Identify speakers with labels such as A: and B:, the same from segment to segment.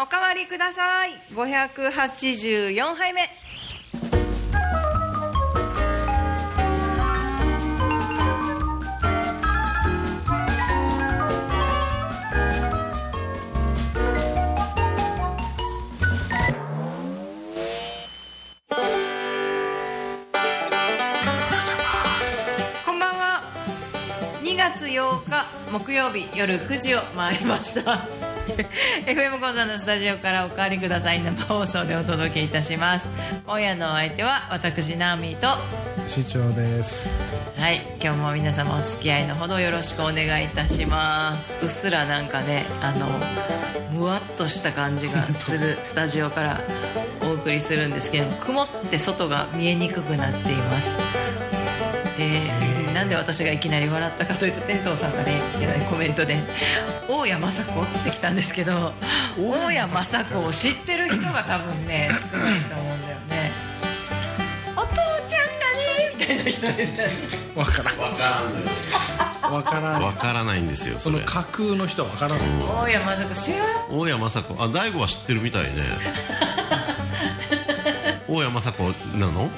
A: おかわりください584杯目こんばんは2月8日木曜日夜9時を回りました FM 講座のスタジオからお帰りください生放送でお届けいたします今夜のお相手は私ナーミーと
B: 市長です
A: はい今日も皆様お付き合いのほどよろしくお願いいたしますうっすらなんかねあのむわっとした感じがするスタジオからお送りするんですけれども曇って外が見えにくくなっていますでなんで私がいきなり笑ったかというと天童さんがねいきなりコメントで「大谷雅子」って来たんですけど大谷雅子を知ってる人が多分ね少ないと思うんだよねお父ちゃんがねみたいな人でしたね
B: わから
C: わからんのよ
B: んわからん
C: わからないんですよ
B: そ
C: そ
B: の
C: れ
B: 架空の人はわからないです
A: 大山雅子知らん
C: 大谷雅子あ大悟は知ってるみ たいね大谷雅子なの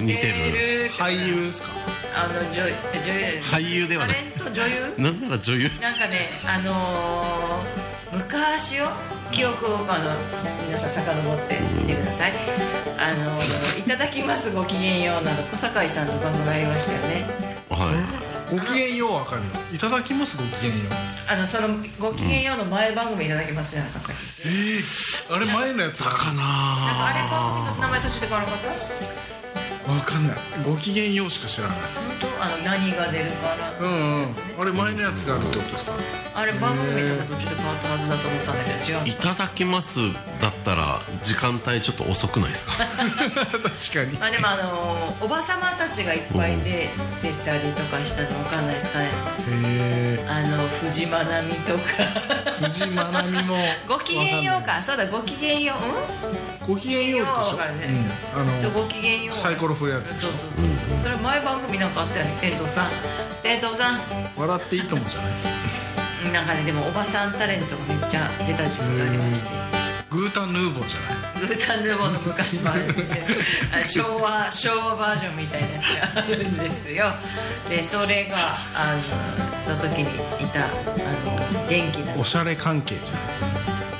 C: 似てる
B: 俳優ですか
A: あの女優女優
C: 俳優ではない
A: タレント女優
C: なんなら女優
A: なんかねあのー、昔を記憶をあの皆さん遡ってみてくださいあのー「いただきますごきげんよう」など小堺さんの番組ありましたよね
C: は
B: ごきげんようわかるよいただきますごきげんよう
A: あのその「ごきげんよう」の前番組「いただきます」じゃなかったっけ
B: あれ前のやつ
C: いだか
A: なんかあれ
C: な
A: 番組の名前としてからなかった
B: わかんないごきげんようしか知らない
A: 本当あの何が出るかな
B: うんうんあれ前のやつがあるってことですか
A: あれ番組見たことちょっと変わったはずだと思ったんだけど違う
C: いただきますだったら時間帯ちょっと遅くない ですか
B: 確かに
A: まあでもあのーおばさまたちがいっぱいで出たりとかしたのわかんないですかね
B: へえ
A: あの藤まなみと か
B: 藤まなみも
A: ごきげんようかそうだごきげんよう
B: ごきげんようでし
A: ごきげんようわ
B: ょ、
A: かるね
B: うん、あ
A: うんそう
B: の
A: ごきげんよう
B: サイコロ振るやつでし
A: そ
B: ょ
A: うそうそう、うそれ前番組なんかあったよね天童さん天童さん
B: 笑っていいと思うじゃない
A: なんかねでもおばさんタレントがめっちゃ出た時期がありました
B: グータンヌーボーじゃない
A: ブータンヌーボーの昔版ですねあ昭和昭和バージョンみたいなやつがあるんですよでそれがあのの時にいたあの元気な
B: おしゃれ関係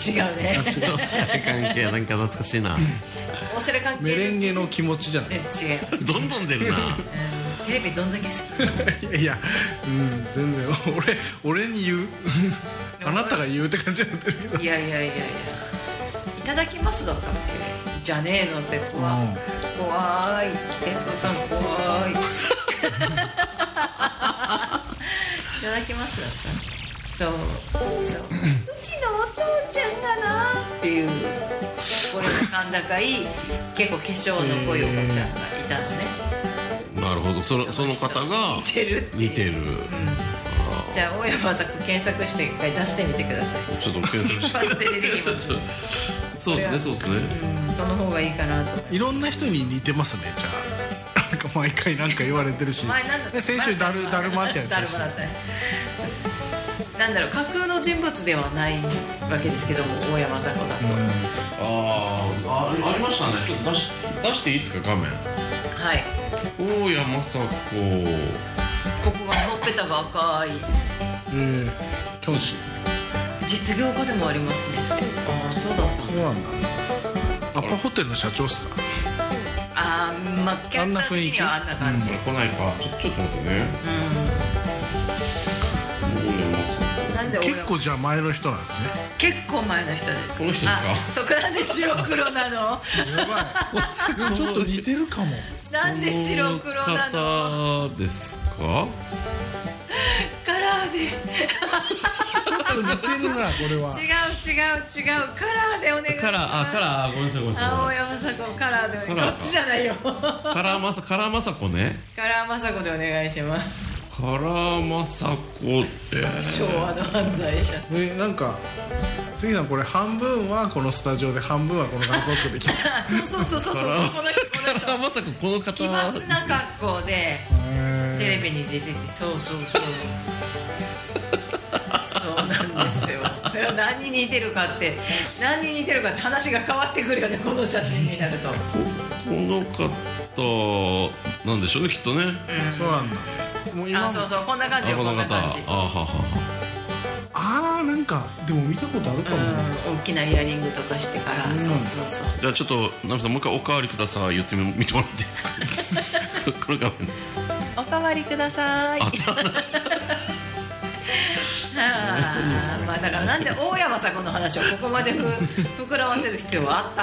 B: じゃない
A: 違うね
C: おしゃれ関係なんか懐かしいな
A: おしゃれ関係
B: メレンゲの気持ちじゃな
A: で違う
C: どんどん出るな
A: うんテレビどんだけ好き
B: いいやうん全然俺俺に言うあなたが言うって感じになってるけど
A: いやいやいやいや「いただきます」だったっけじゃねえのって怖い、
B: うん
A: 怖い天童さん怖いいただきますだったそうそううちのお父ちゃんがなっていう声の甲高い結構化粧の濃いおばちゃんがいたのね
C: なるほどそれその方が
A: 似てるっていう
C: 似てる
A: じゃあ大山作検索して一回出してみてください
C: ちょっと検索
A: 一
C: して
A: 発で出てきます
C: ちょっとそうですねそうですね
A: うんその方がいいかなと
B: いろんな人に似てますねじゃあなんか毎回なんか言われてるし、
A: 前なんだっ
B: ね、先週だるだるまってやったし
A: だるまだったなんだろう架空の人物ではないわけですけども大山さ子だと、はい
C: あーあありましたねちょっと出し出していいですか画面大谷雅子
A: ここがほっぺたが赤い
B: うんキョンシー
A: 実業家でもありますねああそうだったん
B: そう
A: だ
B: なんだアパホテルの社長っすか
A: ああまあキャラクター的にはあんな感じ、
C: それ来ないかちょちょっと待ってね
A: う
C: 大谷
A: ん、なんで大山
B: 結構じゃあ前の人なんですね
A: 結構前の人です
C: この人ですか
A: あそこなんで白黒なの
B: やばいちょっと似てるかも
A: なんで白
C: 雅
A: 黒な
C: こ
A: の
C: の方ですか
A: カラーで違う
B: ちょっと似てるなこれは
A: 違う違うカラーでお願いします
C: カラーあカラーごめんなさいごめんな
A: 青
C: さい
A: 山さこカラーで
C: カ
A: お
C: ラー
A: 願い
C: か
A: こっちじゃないよカ
C: カラーマサカラーマサコね
A: ラーまさこでお願いします
C: カラーマサコって
A: 昭和の犯罪者
B: えなんか杉さんこれ半分はこのスタジオで半分はこの画像ってできる
A: あそうそうそうそうそうこの人この
C: カラ
A: 人
C: ーマサコこの方
A: 奇
C: は
A: 抜な格好でテレビに出ててそうそうそうそうなんですよだ 何に似てるかって何に似てるかって話が変わってくるよねこの写真になると、うん、
C: の方なんでしょうねきっとね
B: そうなんだもう今
A: あそうそうこんな感じよ
C: こ
A: こ
C: の
A: んな
C: 方
A: 感じ
C: あははは
B: あーなんかでも見たことあるかも、
A: うん大きなイヤリングとかしてから、
B: うん
A: そうそうそう
C: じゃあちょっとナミさんもう一回おかわりください言ってみ見てもらっていいで すかこの画面
A: おかわりください。は あ、まあだからなんで大山さんこの話をここまでふ 膨らませる必要はあった。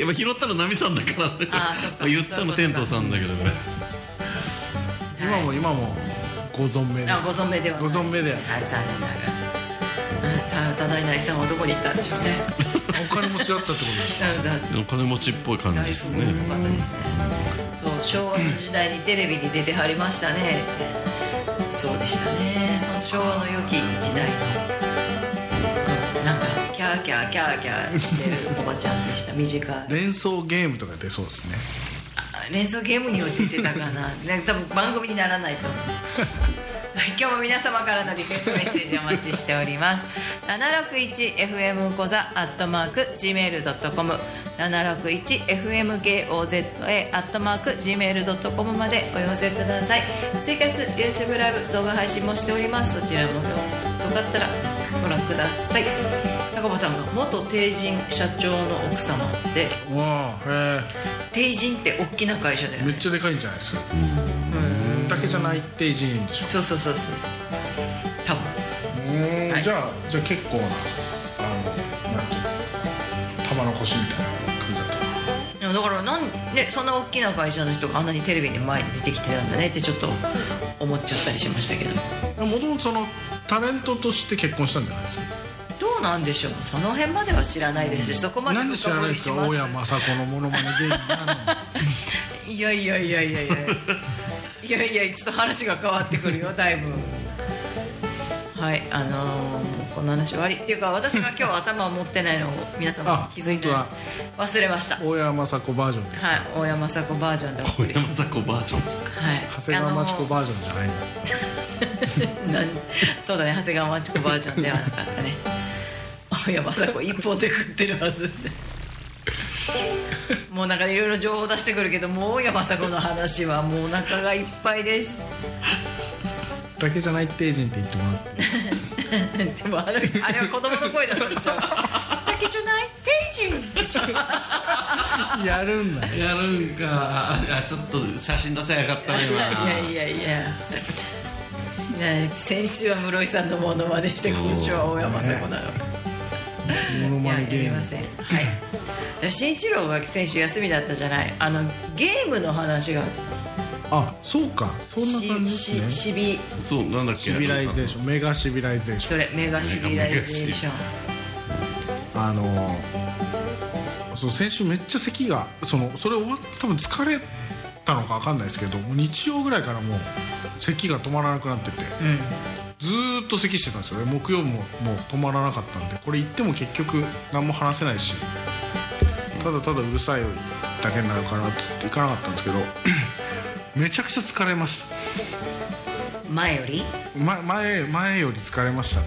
C: やっぱ拾ったのナミさんだからね
A: あそっか
C: 言ったの天童さんだけどね
B: 今も
A: はい
B: 今もご存命で
A: あ
B: す
A: ご存命ではない。
B: ご存命で
A: はい残念ながら。あたただいないさんはどこに行ったんでしょうね。
B: お金持ちだったってことですか
A: だだ
C: お金持ちっぽい感じ
A: 大
C: です
A: 富
C: ね
A: 豪の方ですね。そう昭和の時代にテレビに出てはりましたね。そうでしたね。昭和の良き時代の、うん、なんかキャーキャーキャーキャーしてるおばちゃんで した。短い。
B: 連想ゲームとか出そうですね
A: 連想ゲームによって言ってたかなね多分番組にならないと思うはい今日も皆様からのリクエストメッセージお待ちしております 761FM 小座アットマーク Gmail.com 761FMKOZA アットマーク Gmail.com までお寄せくださいツイキャス YouTube ライブ動画配信もしておりますそちらもよかったらご覧ください高橋さんが元帝人社長の奥様で
B: わあへ
A: 帝人って大きな会社だよ
B: え
A: ね
B: めっちゃでかいんじゃないですかだけじゃないって人員でしょ
A: そうそうそうそうそう多分
B: うーん、
A: はい
B: じゃあじゃあ結構なあのなんていうの玉の腰みたいな感じだった
A: でもだからなんねそんな大きな会社の人があんなにテレビに前に出てきてたんだねってちょっと思っちゃったりしましたけど
B: もともとそのタレントとして結婚したんじゃないですか
A: どうなんでしょうその辺までは知らないですしそこまで
B: なんで知らないんですか
A: 深掘
B: 大
A: りし
B: 山
A: ま
B: 雅子のモノマネ芸人なの
A: すいやいやいやいやいやいやいやちょっと話が変わってくるよだいぶはいあのーこの話終わりっていうか私が今日頭を持ってないのを皆さん
B: あ
A: も気づいて
B: 本
A: 忘れました
B: 大山雅子バージョンで
A: はい大山さ子バージョンでお送
C: 小
A: りしま
C: 山
A: す
C: さ子バージョン
A: はい
B: 長谷川町子バージョンじゃないんだ
A: なんそうだね長谷川町子バージョンではなかったね 青山さ子一方で食ってるはず もうなんかいろいろ情報出してくるけどもう大山さ子の話はもうお腹がいっぱいです
B: だけじゃないって人って言ってもらって
A: でもあれあれは子供の声だったでしょだけじゃない天神でしょ
B: やるんだね
C: やるんかあちょっと写真出せなかったね
A: いやいやいや いや先週は室井さんのものまねして今週は大山さ子なの
B: モノ
A: い
B: マ
A: や
B: ネ
A: や
B: 芸
A: りま
B: 人
A: せんはい で新一郎が先週休みだったじゃないあのゲームの話が
B: あそうかそんな感じ
A: し
B: で
A: し
B: すね
A: しび
C: そうなんだっけ
B: シビライゼーションメガシビライゼーショ
A: そ
B: ン
A: れメガシビライゼーション
B: あのーそう先週めっちゃ咳がそのそれ終わって多分疲れたのか分かんないですけどもう日曜ぐらいからもう咳が止まらなくなってて
A: うん
B: ずーっと咳してたんですよね木曜ももう止まらなかったんでこれ行っても結局何も話せないしただただうるさいだけになるからっつって行かなかったんですけど めちゃくちゃ疲れました
A: 前より
B: 前前前より疲れましたね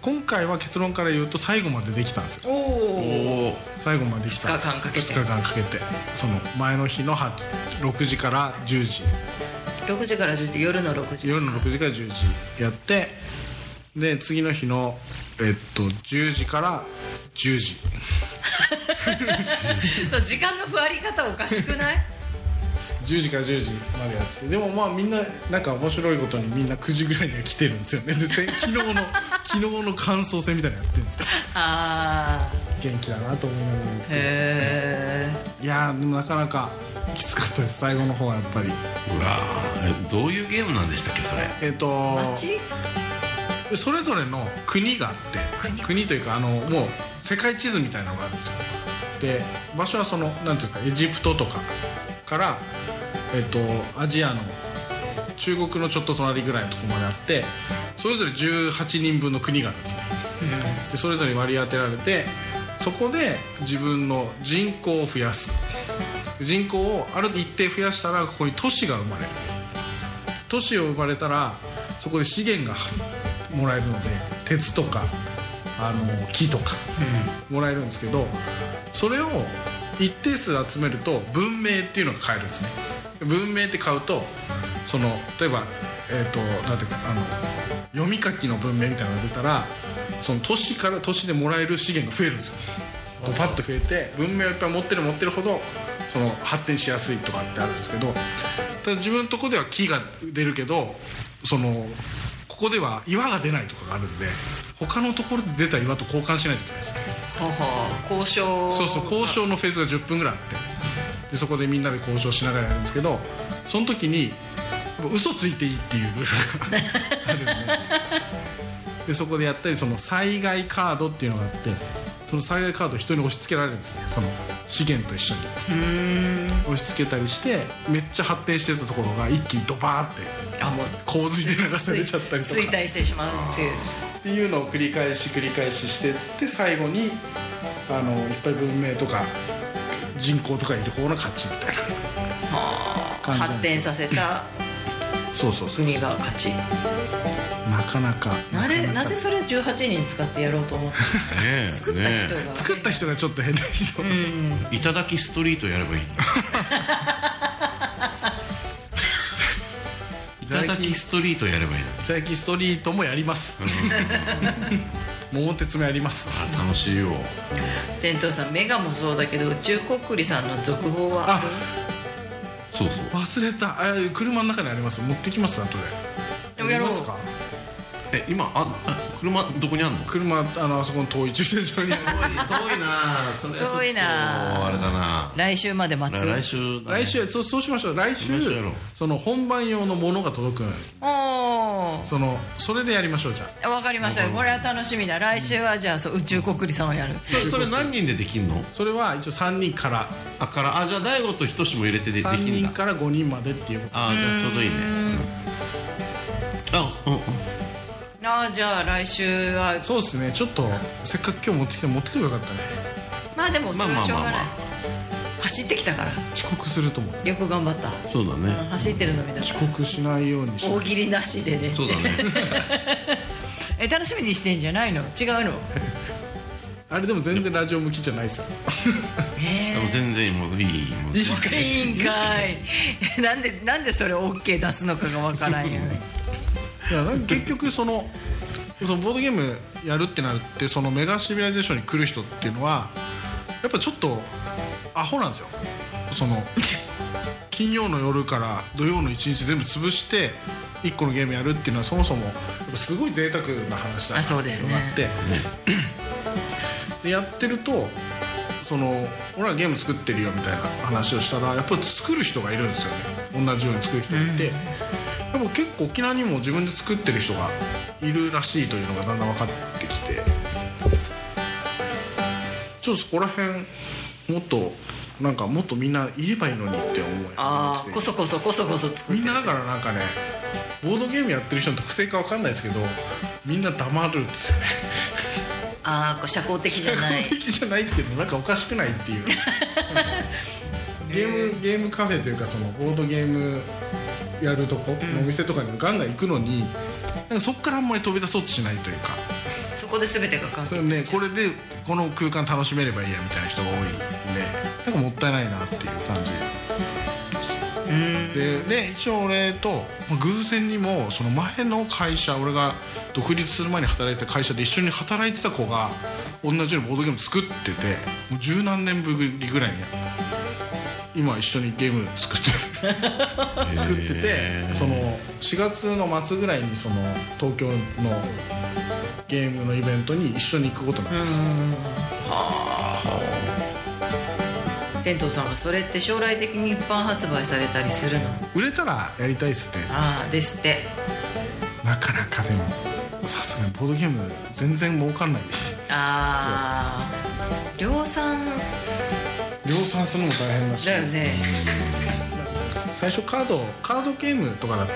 B: 今回は結論から言うと最後までできたんですよ
A: おお
C: おー
B: 最後までできたんです
A: 二日間かけて
B: 2日間かけてその前の日のは6時から10時
A: 6時から10時夜の6時
B: 夜の6時から10時やってで次の日のえっと10時から10時
A: そう時間の割り方おかしくない
B: 10時から10時までやってでもまあみんななんか面白いことにみんな9時ぐらいには来てるんですよねでせ昨日の 昨日の感想戦みたいなのやってるんですよ
A: ああ
B: 元気だなと思いながら見て
A: へえ
B: いやーでもなかなかきつかったです最後の方はやっぱり
C: うわーえどういうゲームなんでしたっけそれ
B: えっ、と
A: 街
B: それぞれの国があって
A: 国
B: 国というかあのもう世界地図みたいなのがあるんですよで場所はそのなんていうかエジプトとかからえっ、とアジアの中国のちょっと隣ぐらいのとこまであってそれぞれ18人分の国があるんですよでそれぞれ割り当てられてそこで自分の人口を増やす人口をある一定増やしたらここに都市が生まれる都市を生まれたらそこで資源がはもらえるので鉄とかあの木とかもらえるんですけどそれを一定数集めると文明っていうのが買えるんですね文明って買うとその例えばえっ、となんていうかあの読み書きの文明みたいなのが出たらその年から年でもらえる資源が増えるんですよドパッと増えて文明をいっぱい持ってる持ってるほどその発展しやすいとかってあるんですけどただ自分のとこでは木が出るけどそのここでは岩が出ないとかがあるんで他のところで出た岩と交換しないといけないですね
A: ほうほう交渉
B: そうそう交渉のフェーズが10分ぐらいあってでそこでみんなで交渉しながらやるんですけどその時に嘘ついていいっていうルールがあるんででそこでやったりその災害カードっていうのがあってその災害カードを人に押し付けられるんですねその資源と一緒に押し付けたりしてめっちゃ発展してたところが一気にドバーって
A: あもう
B: 洪水で流されちゃったりとか
A: 衰退してしまうっていう
B: っていうのを繰り返し繰り返ししてって最後にあのいっぱい文明とか人口とかいる方の勝ちみたいな
A: はあ
B: 感じなん
A: 発
B: で
A: 展
B: す
A: させた
B: そうそうそう
A: 国が勝ち
B: なかなか
A: なれ
B: か
A: な
B: か
A: ぜそれ18人使ってやろうと思った
C: ねえ
A: 作った人が、
C: ね
B: 作った人がちょっと変な人、
C: えいただきストリートやればいいいただきストリートや ればいい
B: いただきストリートもやります桃鉄もやります
C: あ楽しいよ
A: 伝統さんメガもそうだけど宇宙こっくりさんの続報はある
C: そうそう
B: 忘れたあ車の中にあります持ってきます後で
A: でもやろう
B: ありますか
C: え今ああ車どこにあんの
B: 車あのあそこの遠い駐車場にある
C: 遠いなそれはちょっと
A: 遠いな
C: あれだな
A: 来週まで待つ
C: 来週だね
B: 来週そうそうしましょう来週
C: 来週やろう
B: その本番用のものが届くん
A: おお
B: そのそれでやりましょうじゃあ
A: わかりましたこれは楽しみだ来週はじゃあそう宇宙こっくりさんをやる
C: それそれ何人でできんの
B: それは一応3人から
C: あからあじゃあ大悟と仁も入れてででき
B: 3
C: ん
B: 人
C: だ
B: から5人までっていうこと
C: あじゃあちょうどいいねうんあうんうん
A: あーじゃあ来週は
B: そうですねちょっとせっかく今日持ってきて持ってくればよかったね
A: まあでもそ
C: まあ
A: れ
C: ま
A: は
C: あ
A: しょ
C: ま
A: う
C: あ
A: が
C: ま
A: ない
C: あ
A: 走ってきたから
B: 遅刻すると思う
A: よく頑張った
C: そうだね
A: 走ってるのみたいな
B: 遅刻しないようにし
A: 大
B: て
A: 喜利なしでね
C: そうだね
A: え楽しみにしてんじゃないの違う の
B: あれでも全然ラジオ向きじゃないですよ
C: でも全然もういいもう
B: いいか
A: いいんかい なんでなんでそれ OK 出すのかがわから んよね
B: いやなんか結局そのそのボードゲームやるってなってそのメガシビライゼーションに来る人っていうのはやっぱちょっとアホなんですよその金曜の夜から土曜の一日全部潰して1個のゲームやるっていうのはそもそもやっぱすごい贅沢な話だな
A: あ
B: ってい
A: そううです
B: の
A: ね
B: があって、 でやってるとその俺らゲーム作ってるよみたいな話をしたらやっぱり作る人がいるんですよね同じように作る人がいて、やっぱ結構沖縄にも自分で作ってる人がいるらしいというのがだんだん分かってきてちょっとそこら辺もっとなんかもっとみんな言えばいいのにって思い
A: あ
B: 始
A: あ
B: め
A: こ
B: て
A: そこそこそこそ作っ
B: み
A: てる
B: んなだからなんかねボードゲームやってる人の特性か分かんないですけどみんな黙るんですよね
A: ああ社交的じゃな
B: 公
A: い
B: 的じゃないっていうのなんかおかしくないっていう ゲームゲームカフェというかそのボードゲームやるとこのお店とかにもガンガン行くのに、なんかそこからあんまり飛び出そうとしないというか
A: そこで全てが完
B: それ
A: 結
B: ね
A: しちゃ
B: こ
A: う
B: れでこの空間楽しめればいいやみたいな人が多いんでなんかもったいないなっていう感じでで一応俺とまあ偶然にもその前の会社俺が独立する前に働いてた会社で一緒に働いてた子が同じようにボードゲーム作っててもう十何年ぶりぐらいに今一緒にゲーム作ってる作って
C: へ
B: て
C: ー
B: その4月の末ぐらいにその東京のゲームのイベントに一緒に行くことになりました
A: 天童さんがそれって将来的に一般発売されたりするの
B: 売れたらやりたいっすね
A: ああですって
B: なかなかでもさすがにボードゲーム全然儲かんないし
A: ああ量産
B: 量産するのも大変だし
A: だよね
B: 最初カードカードゲームとかだった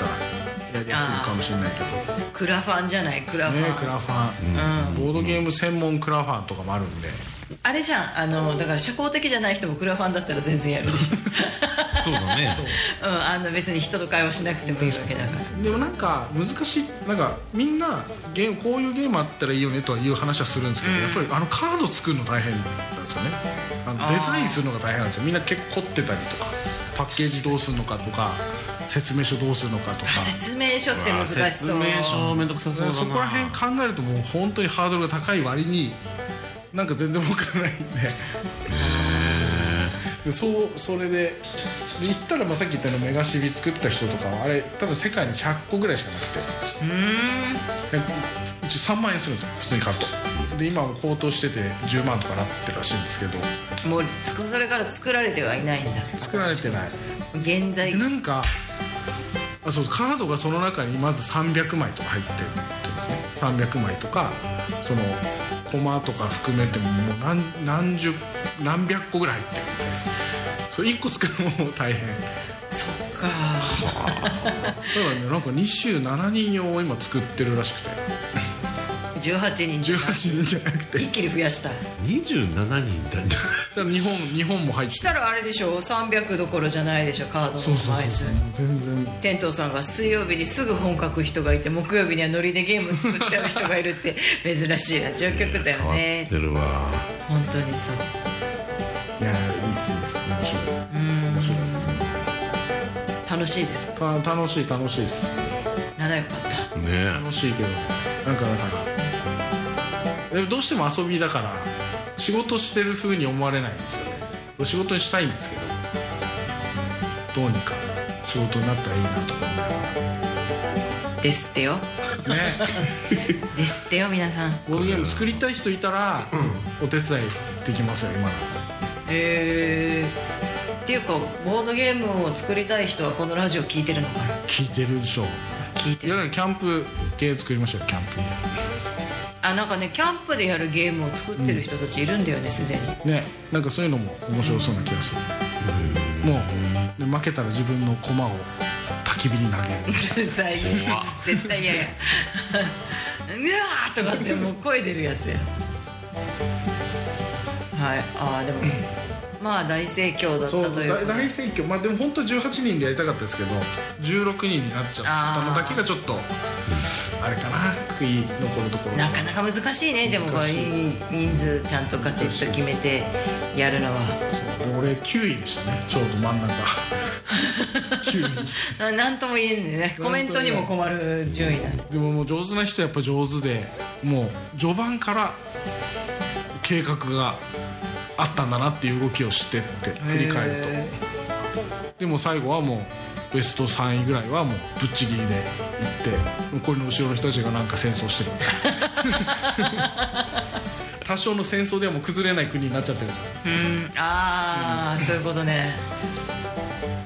B: らやりやすいかもしれないけど
A: クラファンじゃないクラフ
B: ね
A: ァ
B: ク
A: ン、
B: ラファン、ボードゲーム専門クラファンとかもあるんで
A: あれじゃんあのだから社交的じゃない人もクラファンだったら全然やるでしょ
C: そうだね
A: うん、あの別に人と会話しなくてもいいわけだから
B: でもなんか難しいなんかみんなゲームこういうゲームあったらいいよねとはいう話はするんですけど、
A: うん
B: やっぱりあのカード作るの大変なんですよねあの
A: あー
B: デザインするのが大変なんですよみんな結構凝ってたりとかパッケージどうするのかとか説明書どうするのかとか
A: あ説明書って難しそう
C: うわ説明書めんどくさそうだな
B: そこら辺考えるともう本当にハードルが高い割になんか全然僕からないんででそうそれでで言ったらまあさっき言ったようなメガシビ作った人とかはあれ多分世界に100個ぐらいしかなくてえうち3万円するんですよ普通に買うとで今も高騰してて10万とかなってるらしいんですけど
A: うんもうつくそれから作られてはいないんだ
B: 作られてない
A: 現在
B: でなんかあそうカードがその中にまず300枚とか入ってるってことですね300枚とかそのコマとか含めてももう何何十何百個ぐらい入ってるんでそれ1個作るのも大変だか
A: そっから
B: ねなんか27人用を今作ってるらしくて
A: 18人
B: 18人じゃなくて
A: 一気に増やした
C: 27人だ
B: じゃあ日本日本も入って
A: したらあれでしょ300どころじゃないでしょカードの枚数
B: 全然
A: 店頭さんが水曜日にすぐ本書く人がいて木曜日にはノリでゲーム作っちゃう人がいるって珍しいラジオ局だよ
C: 変わっ
A: ね
C: てるわ
A: 本当にそう
B: いやいいっすいいっす面白い面白いですね
A: 楽しいです
B: た楽しい楽しいです
A: ならよかった
C: ねえ
B: 楽しいけどなんかだからえどうしても遊びだから仕事してる風に思われないんですよね仕事にしたいんですけどどうにか仕事になったらいいなと思
A: ですってよ
B: うね
A: ですってよ皆さん
B: ボードゲーム作りたい人いたら、お手伝いできますよ今なら
A: えー、っていうかボードゲームを作りたい人はこのラジオ聞いてるのかな
B: 聞いてるでしょ
A: 聞いて
B: いや
A: る
B: だからキャンプ系作りましょうキャンプ
A: あなんかねキャンプでやるゲームを作ってる人たちいるんだよねすでに
B: ねなんかそういうのも面白そうな気がする、もう、ね負けたら自分の駒を焚き火に投げる
A: うるさい絶対嫌やうわーとかってもう声出るやつやはいああでもまあ大盛況だった
B: そう
A: というこ
B: 大
A: とで
B: 大選挙まあでも本当18人でやりたかったですけど16人になっちゃったのだけがちょっとあれかな悔い残るところ
A: なかなか難しいねでもこ
B: 難
A: う
B: しい
A: いい人数ちゃんとガチッと決めてやるのは
B: で俺9位でしたねちょうど真ん中9位
A: ななんとも言えんねねコメントにも困る順位だ
B: でももう上手な人はやっぱ上手でもう序盤から計画があったんだなっていう動きをしてって振り返ると
A: へ
B: でも最後はもうベスト3位ぐらいはもうぶっちぎりでいって残りの後ろの人たちがなんか戦争してるみ たいな多少の戦争ではもう崩れない国になっちゃってるんですよ
A: ーうんああそういうことね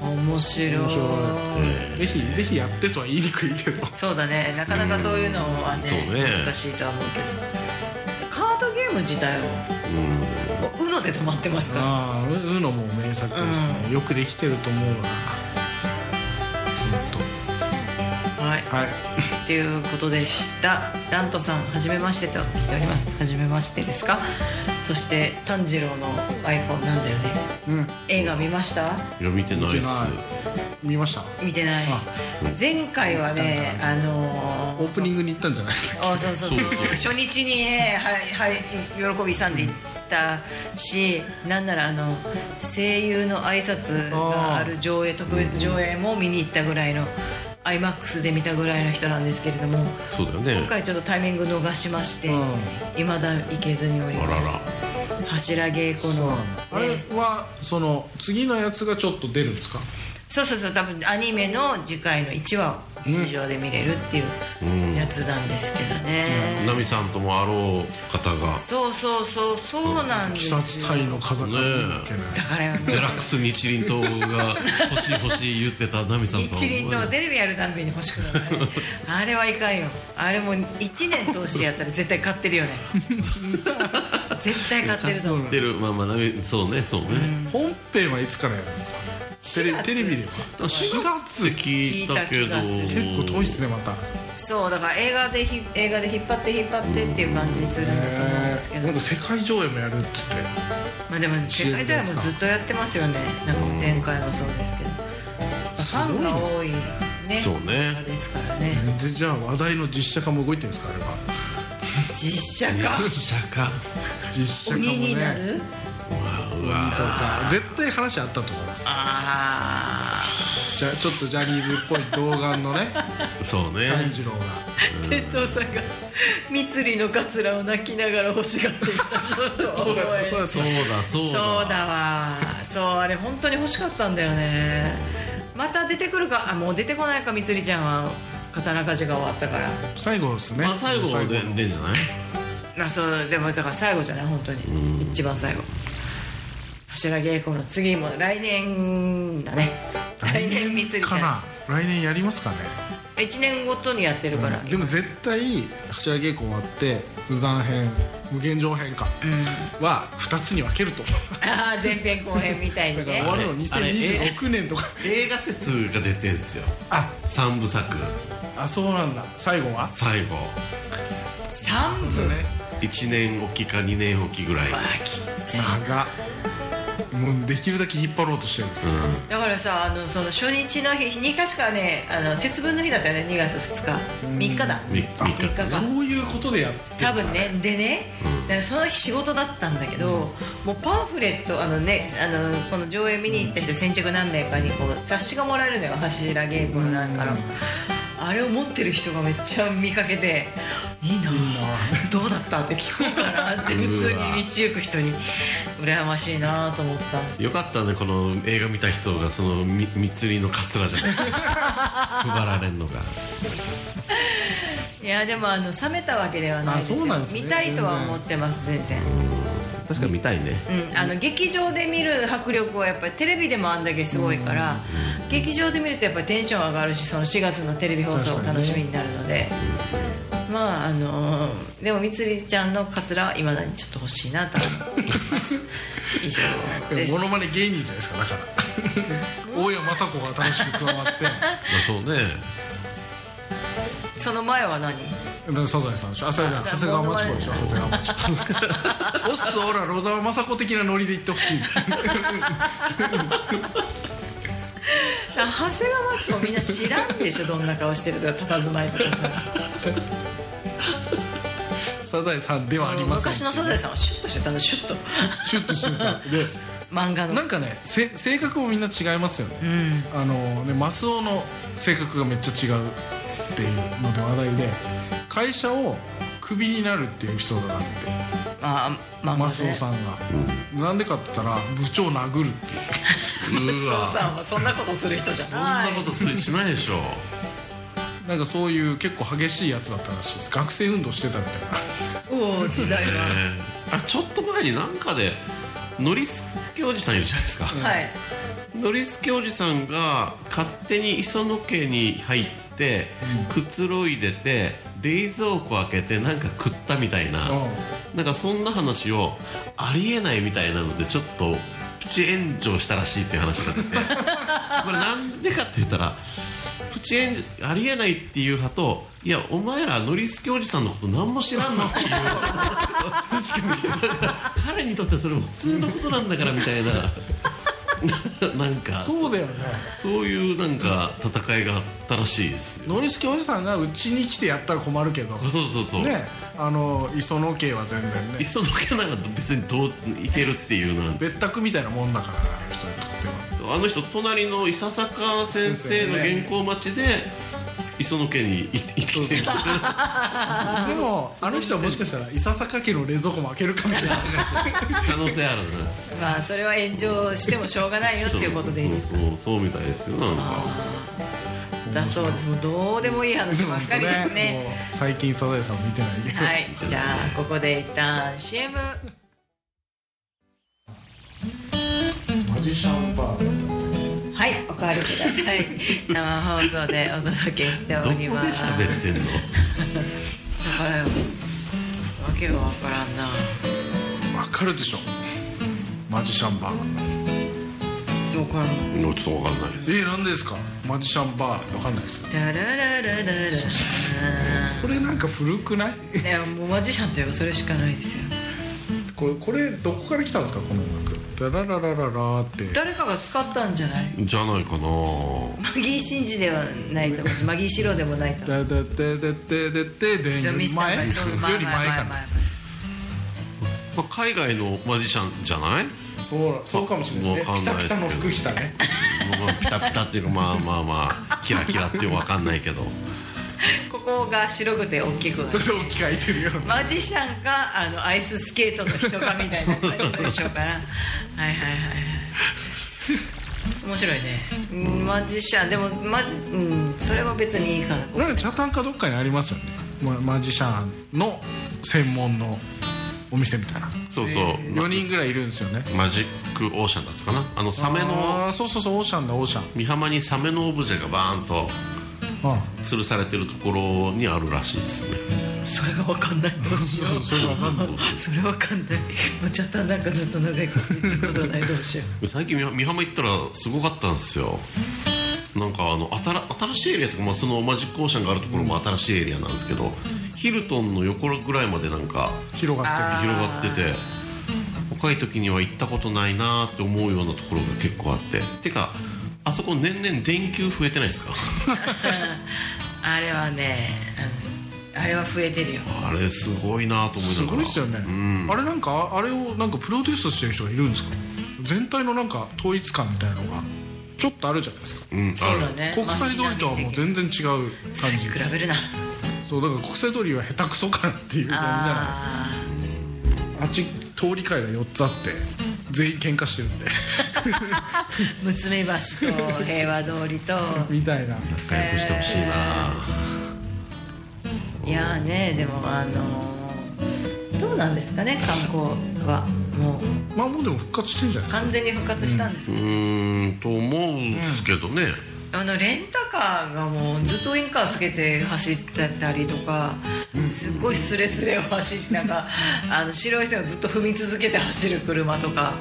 A: 面白い
B: 面白いぜひぜひやってとは言いにくいけど
A: そうだねなかなかそういうのはね,、
C: そうね
A: 難しいとは思うけどカードゲーム自体はもう UNO で止まってますから
B: ああううのも名作ですね、よくできてると思うわほん
A: はい
B: とはい
A: っていうことでしたラントさんはじめましてと来ておりますはじめましてですかそして炭治郎のアイコンなんだよね
B: うん
A: 映画見ました
C: いや見てない
B: 見
C: っす
B: てない見ました
A: 見てない
B: あ
A: 前回はねあ
B: オ
A: の
B: ープニングに行ったんじゃないですか
A: あそうそうそう
C: そう
A: 初日にねはいはい喜びさんで行ったしなんならあの声優の挨拶がある上映特別上映も見に行ったぐらいの iMAX で見たぐらいの人なんですけれども
C: そうだよ
A: 今
C: ね
A: 回ちょっとタイミング逃しまして
B: うん
A: いまだ行けずにおり
C: あら
A: ます
C: ら
A: 柱稽古の
B: あれ
A: ね
B: はその次のやつがちょっと出るんですか
A: そうそうそう多分アニメの次回の1話を劇場で見れるっていうやつなんですけどね
C: ナミさんともあろう方が
A: そうそうそうそうなんで
B: 鬼
A: すよ
B: 殺隊の風上抜けない、
A: だからよね
C: デラックス日輪刀が欲しい欲しい言ってたナミさんと
A: 一輪とテレビやるたんびに欲しくなる、ね、あれはいかんよあれも1年通してやったら絶対買ってるよね絶対買ってると思う
C: 出るまあまあナミそうねそうね
B: 本編はいつからやるんですかテレ
A: 4月
B: テレビでは
C: 4月って聞いたけど
A: 聞いた気
B: 結構遠いっすねまた
A: そうだから映画でひ映画で引っ張って引っ張ってっていう感じにするんだと思うんでですけど
B: なんか世界上映もやるっつって
A: まあでも世界上映もずっとやってますよねなんか前回もそうですけど、ファンが多いね
C: そうね
A: あれですからね
B: でじゃあ話題の実写化も動いてるんですかあれは
A: 実写化
C: 実写化
B: 実写化も
A: 鬼にな
B: ね
A: る
C: うわ
B: とか絶対話あったと思います
A: あ
B: じゃあちょっとジャニーズっぽい童顔のね
C: そうね
B: 炭治郎が
A: あ天童さんが三つのカツラを泣きながら欲しがっていたのを覚えて
C: そうだそうだ
A: そうだわそうあれ本当に欲しかったんだよねまた出てくるかあもう出てこないかみつりちゃんは刀鍛冶が終わったから
B: 最後ですね
C: まあ最後は
B: 最後
C: 出
B: の
C: 出んじゃない
A: まあそうでもだから最後じゃない本当に一番最後柱稽古の次も来年だね来年みつりち
B: か
A: ゃ
B: な来年やりますかね
A: ん1年ごとにやってるから、
B: でも絶対柱稽古終わって無残編無限上編か、は2つに分ける と思う
A: ああ前編後編みたい
B: だ
A: に
B: から
A: ね
B: 終わるの
C: あれ
B: 2026年とか
C: 映画説が出てんすよ
B: あ
C: 三部作
B: あそうなんだ最後は
C: 最後
A: 3分
B: ね
C: 1年おきか2年おきぐらい
A: はきつい
B: 長っもうできるだけ引っ張ろうとしてるんですよ、
A: だからさあのその初日の日2日しかねあの節分の日だったよね2月2日3日だ
C: み
A: 3
C: 三日
A: 日か
B: そういうことでやって
A: 多分ねでね、だからその日仕事だったんだけど、もうパンフレットあのねあのこの上映見に行った人先着何名かにこう冊子がもらえるのよ柱稽古のなんかの、あれを持ってる人がめっちゃ見かけて「いいなどうだった?」って聞こうかなって普通に道行く人に羨ましいなと思ってたんです
C: よかったねこの映画見た人がそのみ三つりのカツラじゃない 配られんのが
A: いやでもあの冷めたわけではないですよ
B: あそうなんですね
A: 見たいとは思ってます全然、
C: 確かに見たいね
A: うん、あの劇場で見る迫力はやっぱりテレビでもあんだけすごいから、劇場で見るとやっぱりテンション上がるしその4月のテレビ放送も楽しみになるので、まああのーでもみつりちゃんのカツラはいまだにちょっと欲しいな と思っています以上で
B: で
A: す
B: もモノマネ芸人じゃないですかだから 大山雅子が楽しく加わって
C: まあそう ね
A: その前は何
B: でサザエさんでしょあサザエさん長谷川町子でしょ長谷川町 子おっそおら野沢雅子的なノリで言ってほしい
A: 長谷川町子みんな知らんでしょどんな顔してるとか佇まいとかさ
B: サザエさんではありません
A: 昔のサザエさんはシュッとしてたんだシュッと
B: シュッとしてた で
A: 漫画の
B: なんかねせ性格もみんな違いますよね、あのねマスオの性格がめっちゃ違うっていうので話題で会社をクビになるっていうエピソードがあって
A: あまあ
B: マスオ
A: ん
B: さんがなんでかって言ったら部長を殴るっていう
C: う
A: マスオ
C: わ
A: さんはそんなことする人じゃ
C: そん
A: な
C: ないことするしないでしょ
B: なんかそういう結構激しいやつだったらしいです学生運動してたみたいな
A: おお時代
C: え
A: は、
C: えあちょっと前になんかでノリスケおじさんいるじゃないですか
A: はい
C: ノリスケおじさんが勝手に磯野家に入ってくつろいでて冷蔵庫開けてなんか食ったみたいななんかそんな話をありえないみたいなのでちょっとプチ炎上したらしいっていう話があって これなんでかって言ったらプチ炎上ありえないっていう派といやお前らノリスケおじさんのこと何も知らんのっていう彼にとってはそれも普通のことなんだからみたいな ななんか
B: そうだよね
C: そういうなんか戦いがあったらしいですよ
B: ノリスケおじさんがうちに来てやったら困るけど
C: そうそうそう、
B: ねあの磯野家は全然ね
C: 磯野家なんか別にどういけるっていうのは
B: 別宅みたいなもんだからあの人にとっては
C: あの人隣の伊佐坂先生の原稿待ちで磯野家にい生きてる
B: でもあの人はもしかしたら伊佐坂家の冷蔵庫も開けるかもしれない
C: 可能性あるね
A: まあそれは炎上してもしょうがないよっていうことでいいです
C: そうそうそうみたいですよなんか
A: だそうですもうどうでもいい話ばっかりですね
B: もう最近サザエさん見てないんで
A: はいじゃあここで一旦 CM
B: マジシャンバー
A: はいおかわりください生放送でお届けしてお
C: どこで
A: ります
C: 喋ってんの
A: だからよわけがわからんな
B: わかるでしょマジシャンバー
A: わからん
C: もうちょっとわかんないです
B: え何ですかマジシャンバーわかんないです
A: ダララララララ
B: それなんか古くない
A: いやもうマジシャンといえばそれしかないですよ
B: これこれどこから来たんですかこの音楽ダラララララーって
A: 誰かが使ったんじゃない
C: じゃないかな
A: マ ギー・シンジではないと思うしマギー・シロでもないと思う
B: ダダダダダダダでよ
A: ミ
B: り
A: スタ
B: 前
A: ー
B: よ
A: がそう前
B: り前かな
C: まあ、海外のマジシャンじゃない
B: そうそうかもしれないですね
C: わか
B: ピ
C: んな
B: タ
C: い
B: ピ
C: ですけど
B: タの服着たね
C: まあピタピタっていうかまあまあまあキラキラっていうわかんないけど
A: ここが白くて大きくなる
B: それを着替えてるような
A: マジシャンかあのアイススケートの人かみたいな感じでしょうからはいはいはいはい面白いね、うんマジシャンでも、まうん、それは別にいいかな
B: なんか茶炭かどっかにありますよね、ま、マジシャンの専門のお店みたいな
C: そうそう、
B: 4人ぐらいいるんですよね
C: マジックオーシャンだったかなあのサメの
B: あーそうそうそうオーシャンだオーシャン
C: 美浜にサメのオブジェがバーンと
B: あ
C: 吊るされてるところにあるらしいですね
A: それが分かんないどうしよう
B: それわかんない
A: それ分かんないもうちょっとなんかずっと長いこと言ったことないどうしよう
C: 最近美美浜行ったらすごかったんですよなんかあの新新しいエリアとか、まあ、そのマジックオーシャンがあるところも新しいエリアなんですけど、ヒルトンの横ぐらいまでなんか
B: 広がってる
C: 広がってて若い時には行ったことないなって思うようなところが結構あっててかあそこ年々電球増えてないですか
A: あれはねあのあれは増えてるよ
C: あれすごいなと思いな
B: す
C: が
B: ごい
C: ら
B: ですよね、あれなんかあれをなんかプロデュースしてる人がいるんですか全体のなんか統一感みたいなのがちょっとあるじゃないですか
C: うん
A: そ
C: あ
A: う
C: る
A: だね
B: 国際通りとはもう全然違う
A: そ
B: 感
A: れ
B: じ
A: 比べるな
B: そうだから国際通りは下手くそ感っていう感じじゃ
A: あー
B: ないあっち通り会が4つあって全員喧嘩してるんで
A: むつみ橋と平和通りと
B: みたいな
C: 仲良くしてほしいな、
A: いやーねでもあのーどうなんですかね観光はもう
B: まあもうでも復活してんじゃないですか
A: 完全に復活したんですか、
C: うーんと思うんですけどね、
A: あのレンタカーがもうずっとウインカーつけて走ってたりとかすっごいスレスレを走ってなんかあの白い線をずっと踏み続けて走る車とか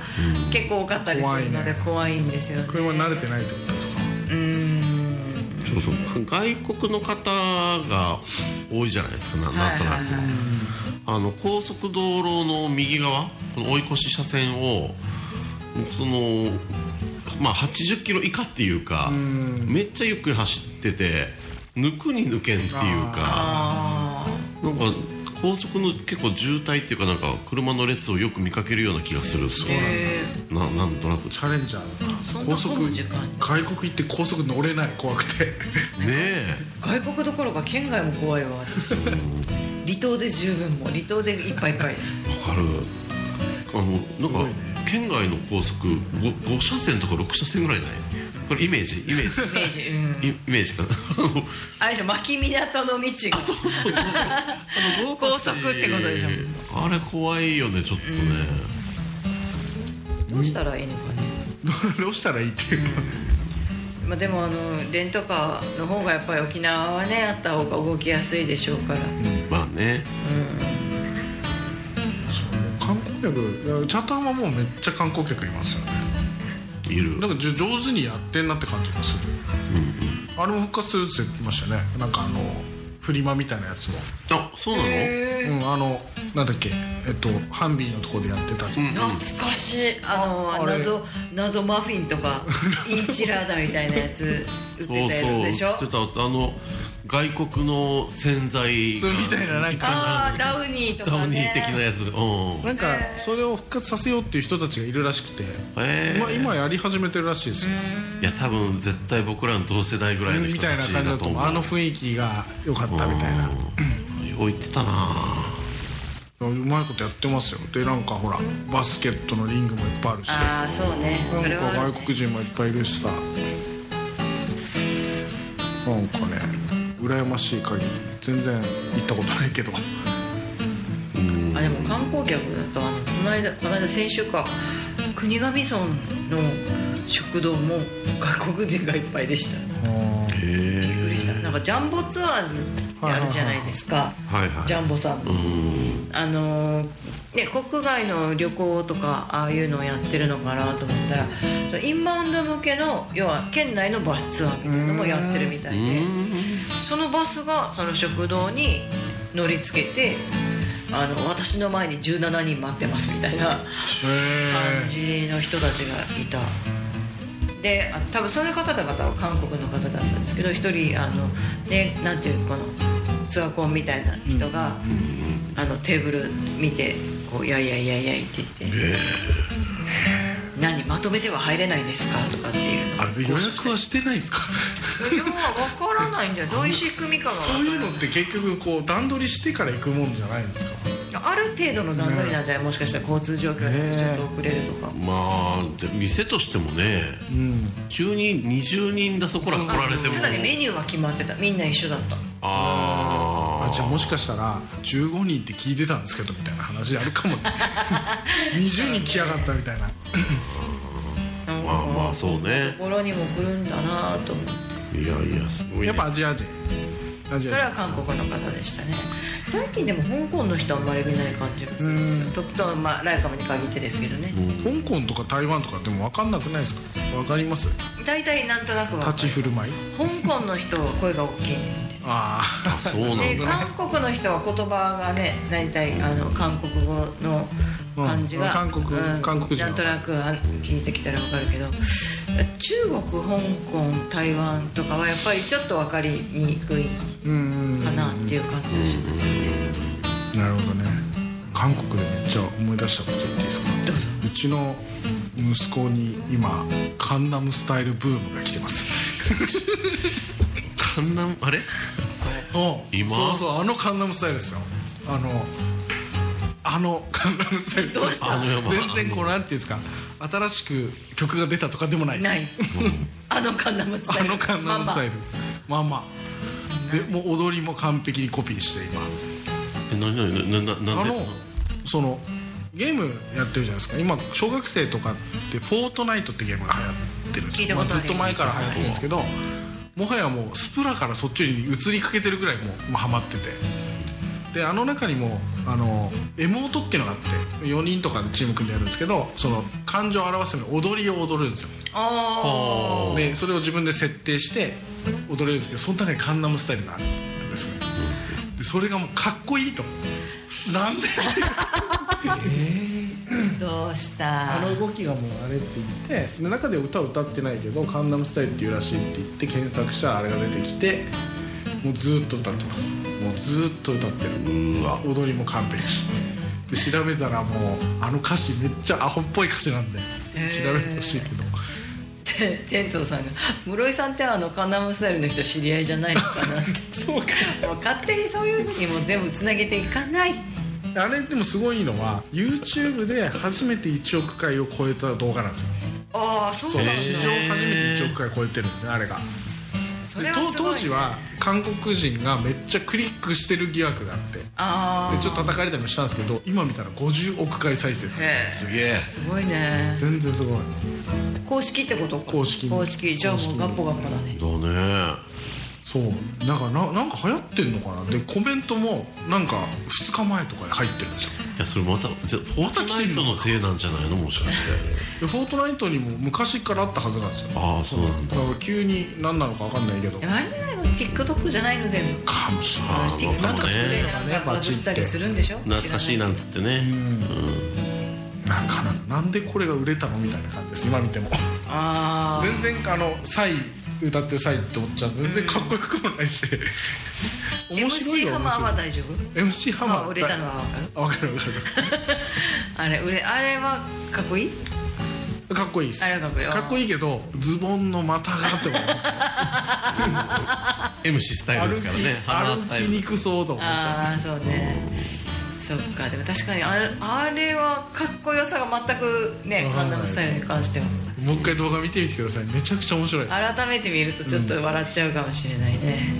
A: 結構多かったりするので怖いんですよね
B: 車慣れてないってことですか
A: うん
C: そうそう外国の方が多いじゃないですかななんとなく、
A: はいはいはい
C: あの高速道路の右側この追い越し車線をそのまあ80キロ以下っていうかめっちゃゆっくり走ってて抜くに抜けんっていうか
A: あー
C: なんか高速の結構渋滞っていうかなんか車の列をよく見かけるような気がするそう
A: へ
C: ななんとなくね
B: チャレンジャーだな
A: そんな
B: 高速
A: 混む時間に
B: 外国行って高速乗れない怖くて
C: え
A: 外国どころか県外も怖いわ私離島で十分もう離島でいっぱいいっぱいです
C: わかるあのなんか、県外の高速 5, 5車線とか6車線ぐらいないこれイメージイメー
A: イ
C: ジ
A: メージうん
C: イイメージ かなあの
A: あれでしょ牧港の道が
C: あそうそうそうあの
A: 高速ってことでしょ
C: あれ怖いよねちょっとね、
A: どうしたらいいのかね、
B: どうしたらいいっていう
A: まあ、でもあのレンタカーの方がやっぱり沖縄はねあった方が動きやすいでしょうから
C: まあね
B: 観光客いやチャタンはもうめっちゃ観光客いますよね
C: いる
B: なんかじゅ上手にやってんなって感じがする、あれも復活するって言ってましたねなんかあのフリマみたいなやつも、
C: あそうなの、
B: うん、あのなんだっけえっとハンビーのとこでやってたじゃん、
A: 懐かしいあの
B: ああれ
A: 謎謎マフィンとかインチラーダみたいなやつ売っ
C: そうそう
A: てたやつでしょ
C: 売ってたあの外国の洗剤
B: それみたいななんか
A: ああダウニーと
C: ダ
A: か
C: ウニ
A: ね
C: ー的なやつがうん
B: なんかそれを復活させようっていう人たちがいるらしくて、
C: えー
B: まあ、今やり始めてるらしいですよ、
C: いや多分絶対僕らの同世代ぐらいの
B: み
C: 人
B: たい
C: た
B: な
C: ち
B: 感じ
C: だ
B: だ
C: と
B: と
C: 思
B: 思
C: う
B: うあの雰囲気が良かったみたいな
C: よう言ってたな
B: うまいことやってますよでなんかほらバスケットのリングもいっぱいあるし
A: ああそうねそ
B: なん
A: れはあ
B: か
A: る
B: 外国人もいっぱいいるしさなんかね羨ましい限り全然行ったことないけど
A: あでも観光客だとあのこの間この間先週か国頭村の食堂も外国人がいっぱいでした
C: へえ
A: びっくりしたなんかジャンボツアーズってあるじゃないですか、
C: はいはいはい
A: ジャンボさんの、
C: うん
A: あのーね、国外の旅行とかああいうのをやってるのかなと思ったらそのインバウンド向けの要は県内のバスツアーみたいなのもやってるみたいでそのバスがその食堂に乗りつけてあの私の前に17人待ってますみたいな感じの人たちがいた。であ多分そういう方々は韓国の方だったんですけど一人あの、ね、なんていうこのツアコンみたいな人が、あのテーブル見てこう「やいやいやいやい」って言って「何まとめては入れないですか?」とかっていうの
B: あれ予約はしてないですか
A: いや分からないんじゃ どういう仕組みかが分か
B: そ
A: ら
B: う
A: ない
B: いうのって結局こう段取りしてから行くもんじゃないんですか
A: ある程度の段取りなんじゃないもしかしたら交通状況によってちょっと遅れるとか、
C: まあで店としてもね、急に20人だそこら来られても
A: ただねメニューは決まってたみんな一緒だった
C: あ
B: あ
C: あ
B: じゃあもしかしたら15人って聞いてたんですけどみたいな話あるかも ね20人来やがったみたいな
A: なんか
C: まあまあそうね
A: ところにも来るんだなと思って
C: いやいやすごい、ね、
B: やっぱアジア人アジ
A: それ
B: ア
A: は韓国の方でしたね最近でも香港の人はあんまり見ない感じがするんですよととまあライカムに限ってですけどね、
B: 人香港とか台湾とかでも分かんなくないですか分かります
A: 大体なんとなくは
B: 立ち
A: 香
B: 振る舞い
A: 港の人は声が大きいんです
B: ああ
C: あそうなんだ
A: で韓国の人は言葉がね大体あの韓国語の感じが、
B: うん韓国韓国人
A: なんとなくあ聞いてきたら分かるけど中国香港台湾とかはやっぱりちょっと分かりにくい
B: うんうん
A: かなっていう感じがしますよね
B: なるほどね韓国でめっちゃ思い出したこと言っていいですか
A: どうぞ
B: うちの息子に今カンナムスタイルブームが来てます
C: 観覧あれ
B: お
C: 今
B: そうそうあのカンナムスタイルですよあのあの カンナムスタイルです
A: どうした
C: あの山
B: 全然こうなんていうんですか新しく曲が出たとかでもないです
A: ないあのカンナムスタ
B: あ
A: イル
B: のカンナムスタイルまあまあでもう踊りも完璧にコピーして今
C: え何何何何
B: あ
C: 何
B: のそのゲームやってるじゃないですか今小学生とかって「フォートナイト」ってゲームが流行ってるんです
A: 聞いたことありま
B: まあ
A: す
B: ずっと前から流行ってるんですけどもはやもうスプラからそっちに移りかけてるぐらいもうもうハマっててであの中にもあのエモートっていうのがあって4人とかでチーム組んでやるんですけどその感情を表すために踊りを踊るんですよ
A: あ
B: でそれを自分で設定して踊れるんですけどその中にカンナムスタイルがあるんですねでそれがもうかっこいいとなんで
A: あどうした
B: あの動きがもうあれって言ってで中で歌を歌ってないけど「カンナムスタイル」っていうらしいって言って検索したらあれが出てきてもうずーっと歌ってますもうずーっと歌ってる
C: うわ
B: 踊りも完璧で調べたらもうあの歌詞めっちゃアホっぽい歌詞なんで調べてほしいけど、
A: で店長さんが「室井さんってあのカンナムスタイルの人知り合いじゃないのかな」って
B: そうか
A: もう勝手にそういうふうにもう全部つなげていかない
B: あれでもすごいのは YouTube で初めて1億回を超えた動画なんですよ
A: ああそう
B: そ
A: な
B: うん
A: だ
B: 史上初めて1億回超えてるんですねあれが。
A: そ
B: で
A: れ
B: と
A: はすごい
B: 当時は韓国人がめっちゃクリックしてる疑惑があって
A: ああ
B: でちょっと叩かれたりもしたんですけど今見たら50億回再生されて
A: へえ
C: すげえ
A: すごいね
B: 全然すごい
A: 公式ってこと
B: 公式
A: 公式じゃあもうガッポガッポだね
C: だね
B: そうだからななんか流行ってんのかなでコメントもなんか2日前とかに入ってるんですよ
C: いやそれまたじゃあフォートナイトのせいなんじゃないのもしかして
B: でフォートナイトにも昔からあったはずなんですよ
C: ああそうなんだ
B: だから急に何なのか分かんないけど
A: でもあれじゃないの TikTok じゃないの全部
B: かもしれない
C: あー
A: TikTok
C: まあ
A: とかで
C: ね
A: なんかバズったりするんでしょ
C: 懐かしいなんつってね
B: なかなかなんでこれが売れたのみたいな感じです今見ても
A: あ
B: 全然あのサイ歌ってるサイっておっちゃん全然かっこよくもな いし
A: あ
B: 面白い
A: MC
B: よ
A: ハ
B: 面
A: マー
B: 白
A: はい大丈夫
B: MC ハマ
A: ま
B: ー
A: あ売れたのは分かる
B: あ分かる分か
A: あれ売れあれはかっこいい
B: るかっこいいです
A: ありがとうございます
B: かっこいいけどズボンの股があっても
C: MC スタイルですからね ハマー
B: 歩
C: ス
B: き
C: タイ
B: 歩き
C: ル
B: にくそうと思って
A: ああそうねそっかでも確かにあれあれはかっこよさが全くねカンナムスタイルに関しては
B: もう一回動画見てみてくださいめちゃくちゃ面白い
A: 改めて見るとちょっと笑っちゃうかもしれないね、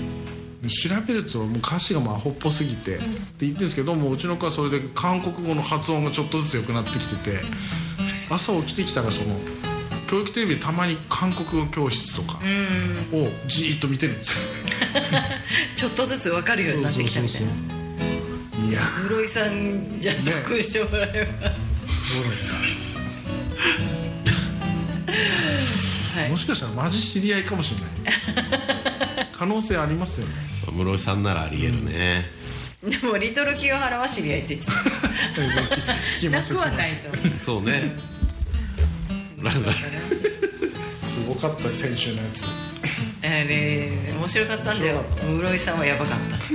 B: 調べるともう歌詞がまあほっぽすぎてって言ってるんですけどもううちの子はそれで韓国語の発音がちょっとずつ良くなってきてて朝起きてきたらその教育テレビでたまに韓国語教室とかをじーっと見てるんですよ
A: ちょっとずつ分かるようになってきたみたいな
B: ういや
A: 室井さんじゃ特訓してもらえば、 は
B: も
A: い
B: しかしたらマジ知り合いか もしれない可能性ありますよね
C: 室井さんならありえるね
A: でもリトル清原は知り合いって 言って
B: 聞き
A: た
B: まし
A: な
B: た
A: くはな
B: 聞きま
A: い
B: し
A: と
C: そうね
A: 思う
B: たすごかった先週のやつ
A: あれ面白かったんだよ室井さんはやばかった
C: ち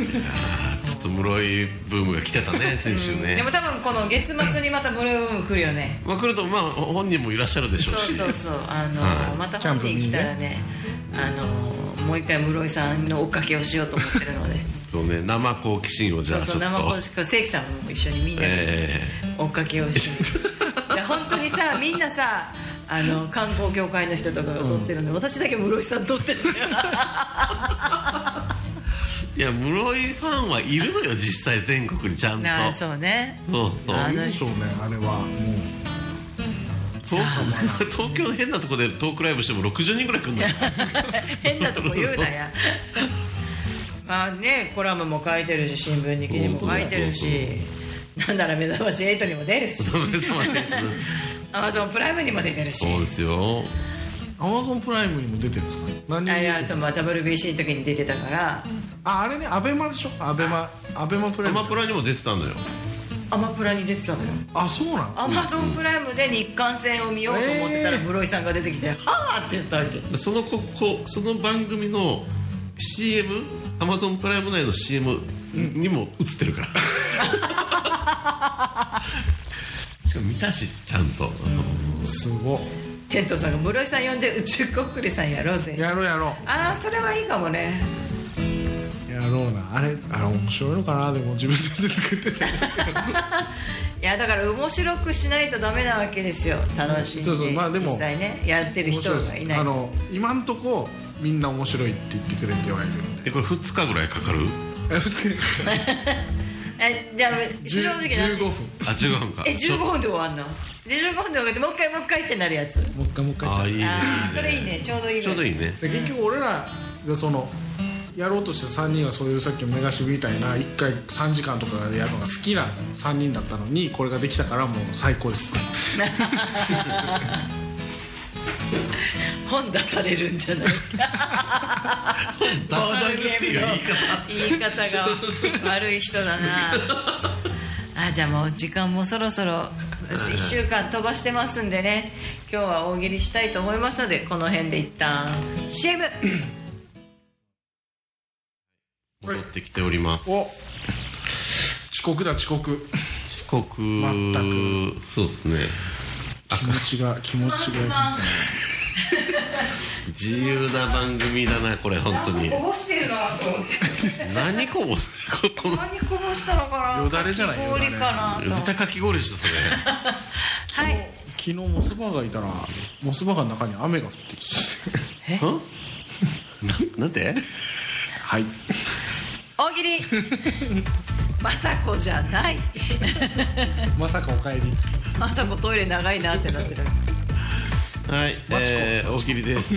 C: ょっと室井ブームが来てたね先週ね
A: でも多分この月末にまたブルームーム来るよね
C: まあ来るとまあ本人もいらっしゃるでしょ
A: そうう
C: し
A: そうそうあの、
C: はい
A: また本人来たらねあのもう一回室井さんの追っかけをしようと思ってるので
C: そうね生好奇心を じ
A: そ
C: ゃあ
A: う
C: ちょ
A: そ
C: っと
A: う生公式正規さんも一緒にみんなで
C: え
A: 追っかけをしよ ういや本当にさみんなさあの観光協会の人とかが撮ってるのに、私だけ室井さん撮 ってるんだよ
C: えいや室井ファンはいるのよ実際全国にちゃんと
A: なあそうね
C: そうそう
A: あ
B: い
A: の
B: るでしょうねあれはもう
C: 東東京の 変なとこでトークライブしても60人ぐらい来るんだよ
A: 変なとこ言うな やまあねコラムも書いてるし新聞に記事も書いてる
C: そうそう
A: しなんなら目覚まし8にも出るし
C: 目覚ましい
A: アマゾンプライムにも出てるし
C: そうですよ
B: アマゾンプライムにも出てるんですか何に
A: あい
B: 出
A: や
B: てる
A: その WBC の時に出てたから
B: ああれねアベマでしょアベマアベマプラ
C: ア
B: イム
C: マプラにも出てたのよ
A: アマプラに出てたのよ
B: あそうなの
A: アマゾンプライムで日韓戦を見ようと思ってたら
B: えー
A: 室井さんが出てきて「はあ!」って言ったわけ
C: そのここその番組の CM アマゾンプライム内の CM にも映って るから、しかも見たしちゃんと、
B: すご
A: 天童さんが室井さん呼んで宇宙こっくりさんやろう
B: い
A: ぜ
B: やろうやろ
A: ああそれはいいかもね
B: うやろうなあれあれ面白いのかなでも自分たちで作ってて
A: いやだから面白くしないとダメなわけですよ楽しんで
B: そうそうまあでも
A: 実際ねやってる
B: 面
A: 人が
B: 白い
A: い
B: で
A: な
B: す
A: いと
B: あの今んとこみんな面白いって言ってくれって言われるんで
C: えこれ2日ぐらいかかる
B: え普通に
A: えじゃあ正直
B: 15
A: な
B: 分
C: あ15分か
A: え15分で終わんので15分で終わってもう一回もう一回ってなるやつ
B: もう一回もう一回
C: ああいいね
A: ああそれいいねちょうどいい
C: ちょうど
A: い
C: いいね
B: で結局俺らがそのやろうとした3人はそういうさっきのメガシブみたいな1回3時間とかでやるのが好きな3人だったのにこれができたからもう最高です
A: 本出されるんじゃない
C: 出されるっていう言い方
A: 言い方が悪い人だ なあじゃあもう時間もそろそろ1週間飛ばしてますんでね今日は大喜利したいと思いますのでこの辺で一旦 CM
C: 戻ってきております
B: お遅刻だ遅刻
C: 遅刻
B: 全
C: そうですね
B: 気持ちが気持ちが
C: 自由な番組だなこれ本当に
A: こぼしてるなと思って
C: 何こぼ この
A: 何こぼしたのかな
B: よだれじゃない
A: かき氷かなと思っ
C: 絶
A: て
C: 対かき氷でしょそれ
A: はい
B: 昨日モスバーガーいたらモスバーガーの中に雨が降ってきて
C: ん なんで
B: はい
A: 大喜利 政子じゃない
B: まさかお帰り
A: 政子トイレ長いなってなってる
C: はい、えー、大喜 利です。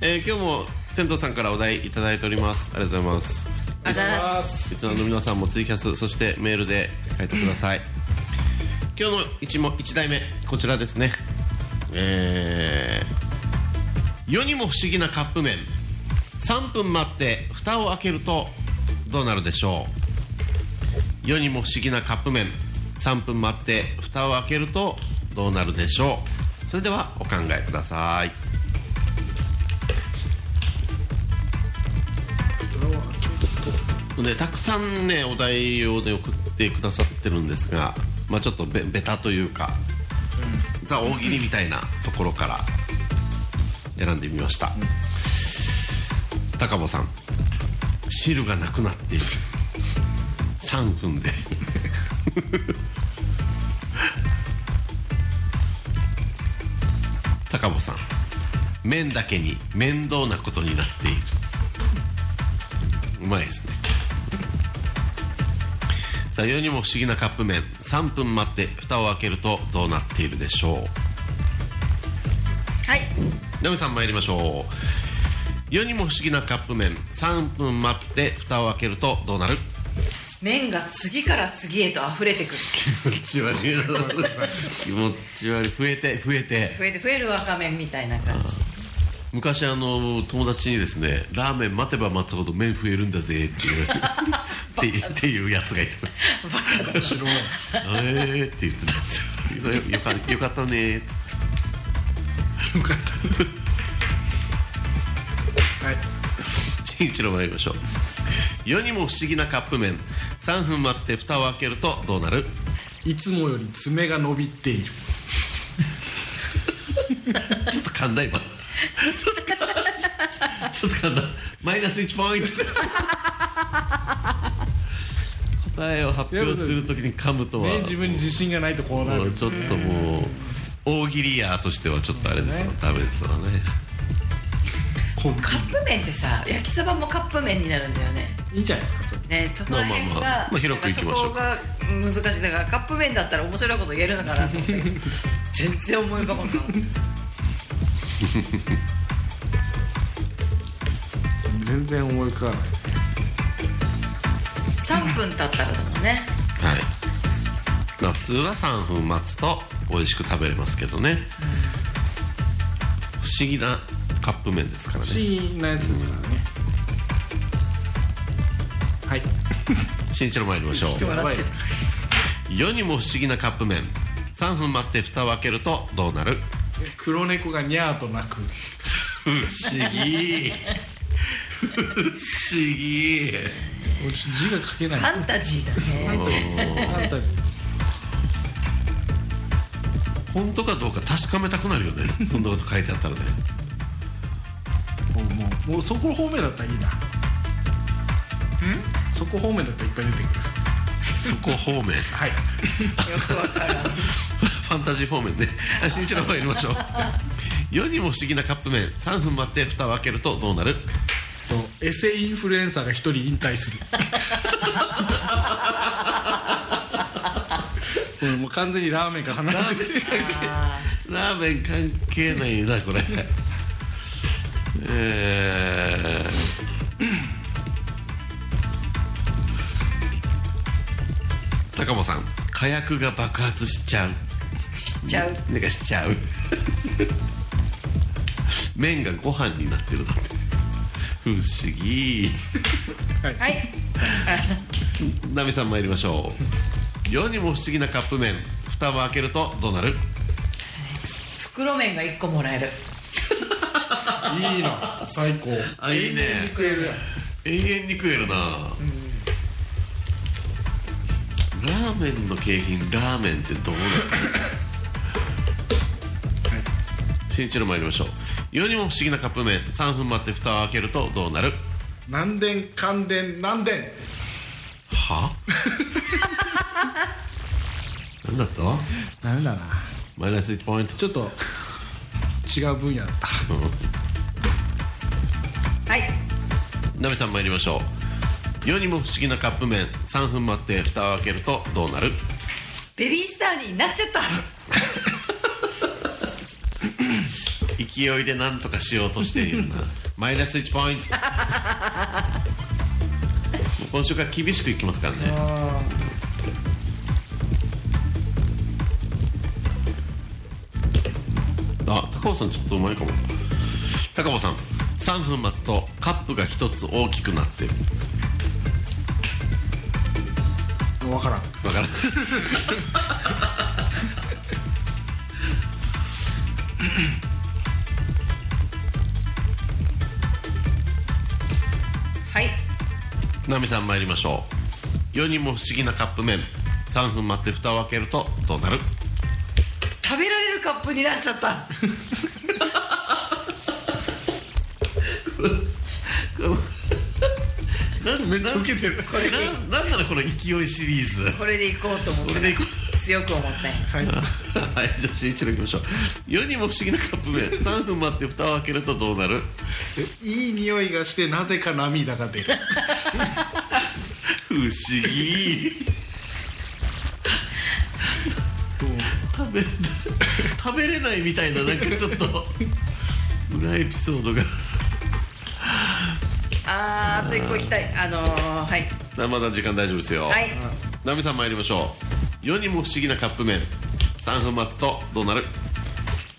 C: えー、今日も天童さんからお題いただいております。ありがとうございます。
A: あざます
C: リスナーの皆さんもツイキャス、そしてメールで書いてください。今日の一問一題目、こちらですね。えー、世にも不思議なカップ麺。3分待って蓋を開けるとどうなるでしょう世にも不思議なカップ麺3分待って蓋を開けるとどうなるでしょうそれではお考えくださいね、たくさんねお題を、ね、送ってくださってるんですが、まあ、ちょっとべベタというか、ザ大喜利みたいなところから選んでみました、高尾さん汁がなくなっている3分で 高尾さん麺だけに面倒なことになっているうまいですねさあ世にも不思議なカップ麺3分待って蓋を開けるとどうなっているでしょう
A: はい
C: ナミさん参りましょう世にも不思議なカップ麺3分待って蓋を開けるとどうなる
A: 麺が次から次へと溢れてくる
C: 気持ち悪い気持ち悪い増えて増えて
A: 増えて増えるわかめみたいな感じ
C: 昔あの友達にですねラーメン待てば待つほど麺増えるんだぜっていうってっていうやつがいて
B: 面白い
C: 「ええ」って言ってたんですよよよかよかったねーって
B: よかったはい
C: 新一郎参りましょう世にも不思議なカップ麺3分待って蓋を開けるとどうなる
B: いつもより爪が伸びている
C: ちょっと噛んだ今 ちょっと噛んだちょっと噛んだマイナス1ポイント答えを発表するときに噛むとは
B: ね自分に自信がないとこうな
C: もう
B: る
C: ちょっともう大喜利やとしてはちょっとあれですよ、ダメですわね
B: こう
A: カップ麺ってさ焼きそばもカップ麺になるんだよね
B: いいじゃないですかそれ
A: ねそこら辺が、
C: まあまあまあまあ広く行きましょう
A: なんかそこが難しいだからカップ麺だったら面白いこと言えるのかなと思って 全然思い浮かばんかった
B: 全然思い浮かばない
A: 3分経ったらだもんね
C: はいまあ普通は3分待つと美味しく食べれますけどね、不思議なカップ麺ですから
B: 不
C: ね
B: 思議なやつですからねはい
C: 新一郎参りましょう
A: 笑ってる
C: 世にも不思議なカップ麺3分待って蓋を開けるとどうなる
B: 黒猫がニャーと鳴く
C: 不思議不思議
B: 俺ちょっと字が書けない
A: ファンタジーだね
B: ファンタジー
C: 本当かどうか確かめたくなるよねそんなこと書いてあったらね
B: もうもうもうそこ方面だったらいいなそこ方面だったらいっぱい出てくる
C: そこ方面フ
B: はい
A: よくわからん
C: ァンタジー方面ねあ新一郎参りましょう世にも不思議なカップ麺3分待って蓋を開けるとどうなる
B: とエセインフルエンサーが一人引退 するこれもう完全にラーメンから離れて
C: ラーメン関係ないなこれえー高本さん火薬が爆発しちゃう
A: しちゃう
C: なんかしちゃう 麺がご飯になってるだって不思議
A: はい
C: ナミさん参りましょう世にも不思議なカップ麺蓋を開けるとどうなる
A: 袋麺が1個もらえる
B: いいな最高
C: あいいね
B: 永遠に食えるやん
C: 永遠に食えるな、ラーメンの景品ラーメンってどうなの新一郎参りましょう世にも不思議なカップ麺3分待って蓋を開けるとどうなる
B: 南電関電南電
C: は 何だった
B: ダメだな
C: マイナス1ポイント
B: ちょっと違う分野だった
A: はい
C: ナミさん参りましょう世にも不思議なカップ麺3分待って蓋を開けるとどうなる
A: ベビースターになっちゃった
C: 勢いで何とかしようとしてい るなマイナス1ポイントもう今週から厳しくいきますからねあ高尾さんちょっとうまいかも高尾さん3分待つとカップが1つ大きくなってる
B: 分からん
C: わからない
A: はい
C: ナミさん参りましょう世にも不思議なカップ麺3分待って蓋を開けるとどうなる
A: 食べられるカップになっちゃった
C: なん
B: めっちゃウケてる
C: これななんなのこの勢いシリーズ
A: これでいこうと思っ
C: これでいこ
A: た強く思ったんや
B: はい
C: はいじゃあ新一郎いきましょう世にも不思議なカップ麺3分待って蓋を開けるとどうなる
B: えいい匂いがしてなぜか涙が出る
C: 不思議食べ食べれないみたいななんかちょっと裏エピソードが
A: あーあと1個いきたいあのー、はい
C: なまだ時間大丈夫ですよ
A: はい
C: ナミさん参りましょう世にも不思議なカップ麺3分待つとどうなる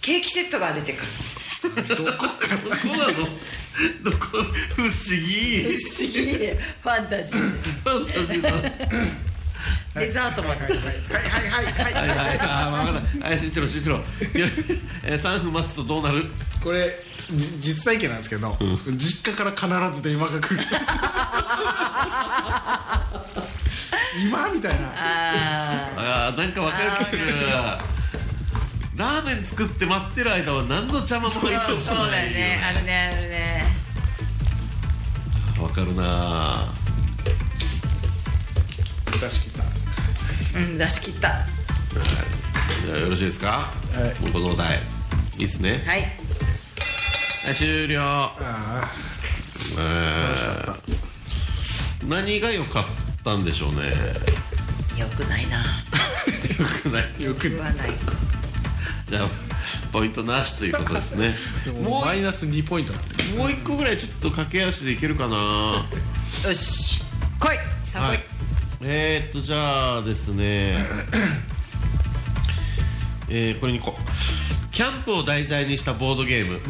A: ケーキセットが出てくる
B: どこ か
C: どこなのどこ不思
A: 不
C: 議
A: 思議でファンタジーです
C: ファンタジーだはい
A: デザートまで
B: はいはいはいはい
C: はいあー分かったはい慎一郎慎一郎いやえー3分待つとどうなる
B: これじ実体験なんですけど、実家から必ず電話が来 る今みたいな
A: あ
C: あーなんか分かる気するラーメン作って待ってる間は何の邪魔も入り
A: あ
C: そうじ
A: そ
C: ゃ
A: うだ
C: ないよ
A: ねあるねあるね
C: 分かるな
B: 出し切った
A: うん出し切った
C: じゃあよろしいですか
B: い
C: もうご答えいいっすね
A: はい
C: はい終了
B: あ
C: えー何が良かったんでしょうね
A: よくないな
C: 良くない
B: あよく
A: 言わない
C: じゃあポイントなしということですね
B: でも
C: も
B: マイナス2ポイントになってる
C: うもう一個ぐらいちょっと駆け足でいけるかな
A: よし来いさあ
C: は
A: 来
C: い
A: い
C: えー、っとじゃあですね えー、これにこうキャンプを題材にしたボードゲーム、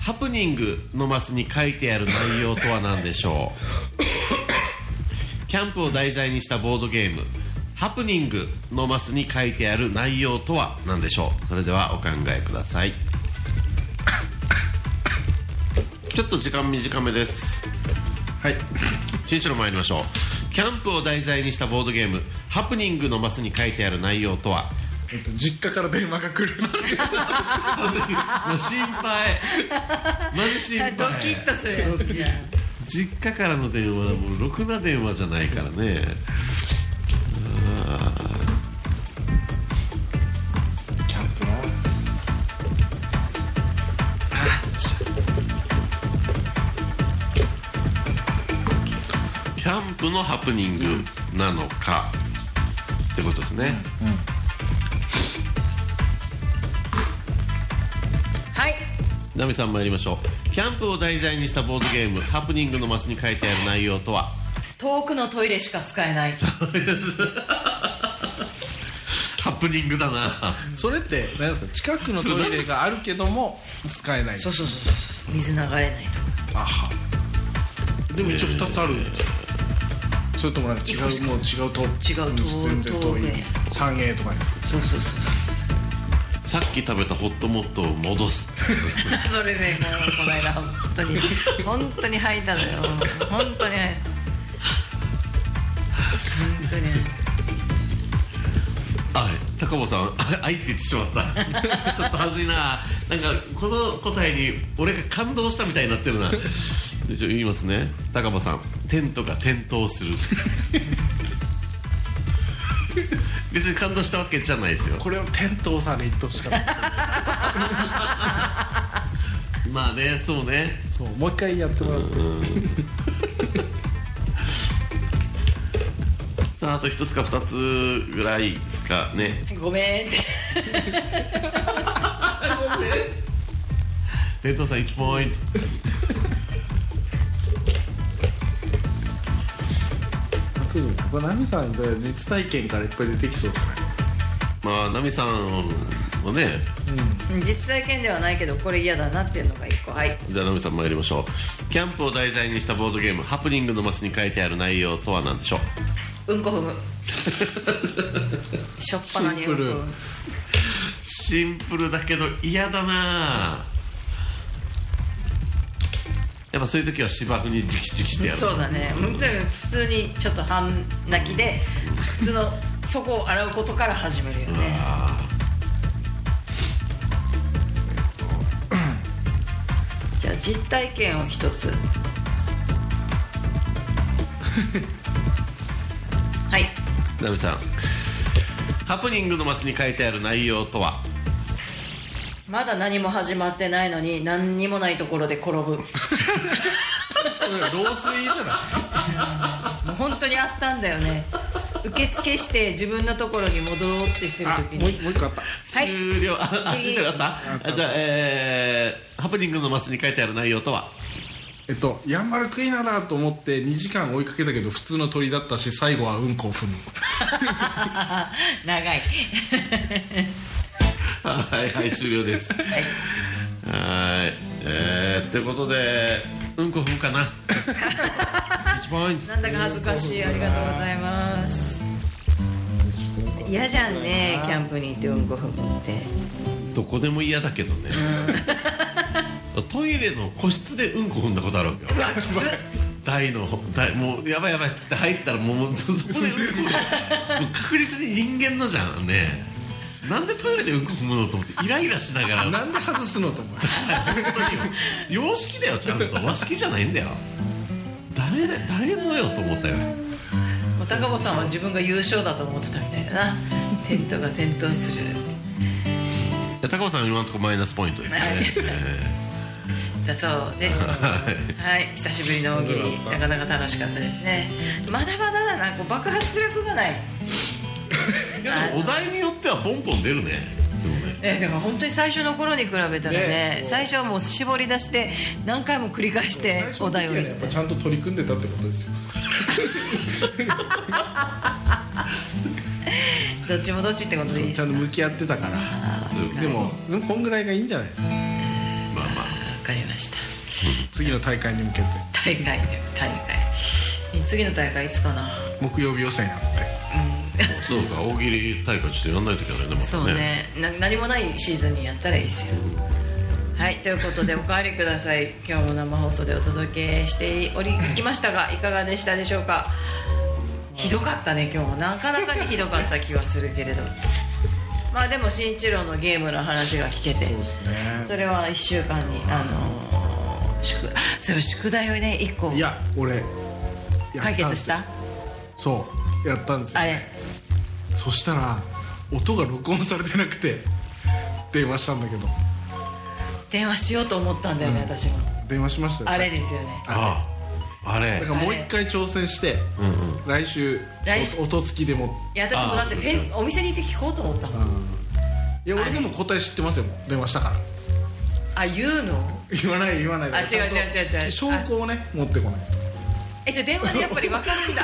C: ハプニングのマスに書いてある内容とは何でしょ うキャンプを題材にしたボードゲームハプニングのマスに書いてある内容とは何でしょうそれではお考えくだ さいちょっと時間短めです
B: はい
C: 新城参りましょうキャンプを題材にしたボードゲーム「ハプニング」のマスに書いてある内容と は
B: えっと実家から電話が来る
C: もう心配マジ心
A: ドキ
C: 配
A: ッとするやつじゃん
C: 実家からの電話はもうろくな電話じゃないからね
B: キャンプの
C: キャンプのハプニングなのか、ってことですね、
A: はい
C: ナミさん参りましょうキャンプを題材にしたボードゲーム「ハプニング」のマスに書いてある内容とは
A: 遠くのトイレしか使えない
C: ハプニングだな
B: それって何ですか近くのトイレがあるけども使えない
A: そうそうそうそう水流れないとか
B: あはでも一応2つあるんですかそれともなんか違うもう違うと
A: 違うと
B: 全然遠い
A: 遠くへ
B: 3A とかに
A: そうそうそう
C: さっき食べたホットモットを戻す
A: それでもうこの間本当に本当に吐いたのよ本当に吐いた本当に吐い
C: あ高坊さん 「あ愛」って言ってしまった ちょっと恥ずいななんかこの答えに俺が感動したみたいになってるなでちょ言いますね高坊さん「テントが転倒する」 別に感動したわけじゃないですよ
B: これを店頭さんに言ってほしか った
C: まあねそうね
B: そうもう一回やってもらう
C: さああと一つか二つぐらいですかね
A: たごめんって
C: 店頭さん1ポイント
B: これナミさんで実体験からいっぱい出てきそうじゃない
C: まあナミさんもね
A: 実際験ではないけどこれ嫌だなっていうのが一個はい
C: じゃあナミさん参りましょうキャンプを題材にしたボードゲーム「ハプニングのマス」に書いてある内容とは何でしょう
A: うんこ踏むしょっぱなにうんこ踏む
C: シンプルだけど嫌だなやっぱそういう時は芝生にジキジキしてやる
A: そうだねうんとにかく普通にちょっと半泣きで普通の底を洗うことから始めるよねじゃあ実体験を一つはい
C: ナミさんハプニングのマスに書いてある内容とは
A: まだ何も始まってないのに何にもないところで転ぶもう
B: 老衰じゃない
A: 本当にあったんだよね受付して自分のところに戻ろうってしてる
B: あ
A: 時
B: もう
A: に
B: 一もう一個あった
A: はい
C: 終了ああ
A: 次
C: 知ってるあったあじゃあえー、ハプニングのマスに書いてある内容とは
B: えっとヤンバルクイナだと思って2時間追いかけたけど普通の鳥だったし最後はうんこを踏む
A: 長い
C: はいはい終了です、はいえー、ということでうんこ踏むか な一ポイント
A: なんだか恥ずかしいありがとうございます嫌じゃんねキャンプに行ってうんこ踏むって
C: どこでも嫌だけどねトイレの個室でうんこ踏んだことあるわけよ大の大もうやばいやばいっつって入ったらもうそこでうんこ踏むもう確実に人間のじゃんねなんでトイレでうんこ踏むのと思ってイライラしながら
B: なんで外すのと思って
C: 本当によ洋式だよちゃんと和式じゃないんだよ誰だ誰のよと思ったよね
A: もう高子さんは自分が優勝だと思ってたみたいだなテントが転倒する
C: いや高尾さん今のところマイナスポイントですね
A: はい
C: え
A: だそうですはい久しぶりの大喜利なかなか楽しかったですねまだまだだなこう爆発力がない
C: ーいやでもお題によってはポンポン出るねでもね
A: えだから本当に最初の頃に比べたらね
B: ねもう
A: 最初はもう絞り出して何回も繰り返して
B: 最初
A: お
B: の
A: 題を
B: 時は
A: 言っ
B: ねやってぱちゃんと取り組んでたってことですよ
A: どっちもどっちってことでいいで
B: ちゃ
A: す
B: んと
A: か
B: 向き合ってたからでもでもこんぐらいがいいんじゃない
C: まあまあ
A: 分かりました
B: 次の大会に向けて
A: 大会大会次の大会いつかな
B: 木曜日予選やって
C: そうか大喜利大会ちょっとやんないといけないねまた
A: そうねな何もないシーズンにやったらいいですよはいということ でおかわりください今日も生放送でお届けしておりきました がいかがでしたでしょうかひどかったね今日もなかなかにひどかった気はするけれ どまあでも新一郎のゲームの話が聞けて
B: そうですね
A: それは1週間にあのー宿そういえば宿題をね1個
B: いや俺やった
A: 解決した
B: そうやったんですよ
A: あれ
B: そしたら音が録音されてなくて電話したんだけど
A: 電話しようと思ったんだよね、私も
B: 電話しましたよ
A: あれですよね
C: あああれ
B: だからもう一回挑戦して、来週
A: 来週
B: お音付きでも
A: いや私もだっててんお店に行って聞こうと思ったもん
B: いや
A: あ
B: 俺
A: れ
B: でも答え知ってますよもう電話したから
A: あ言うの
B: 言わない言わない
A: あ違う違う違う違う
B: 証拠をね持ってこないと
A: えじゃあ電話でやっぱり分かるんだ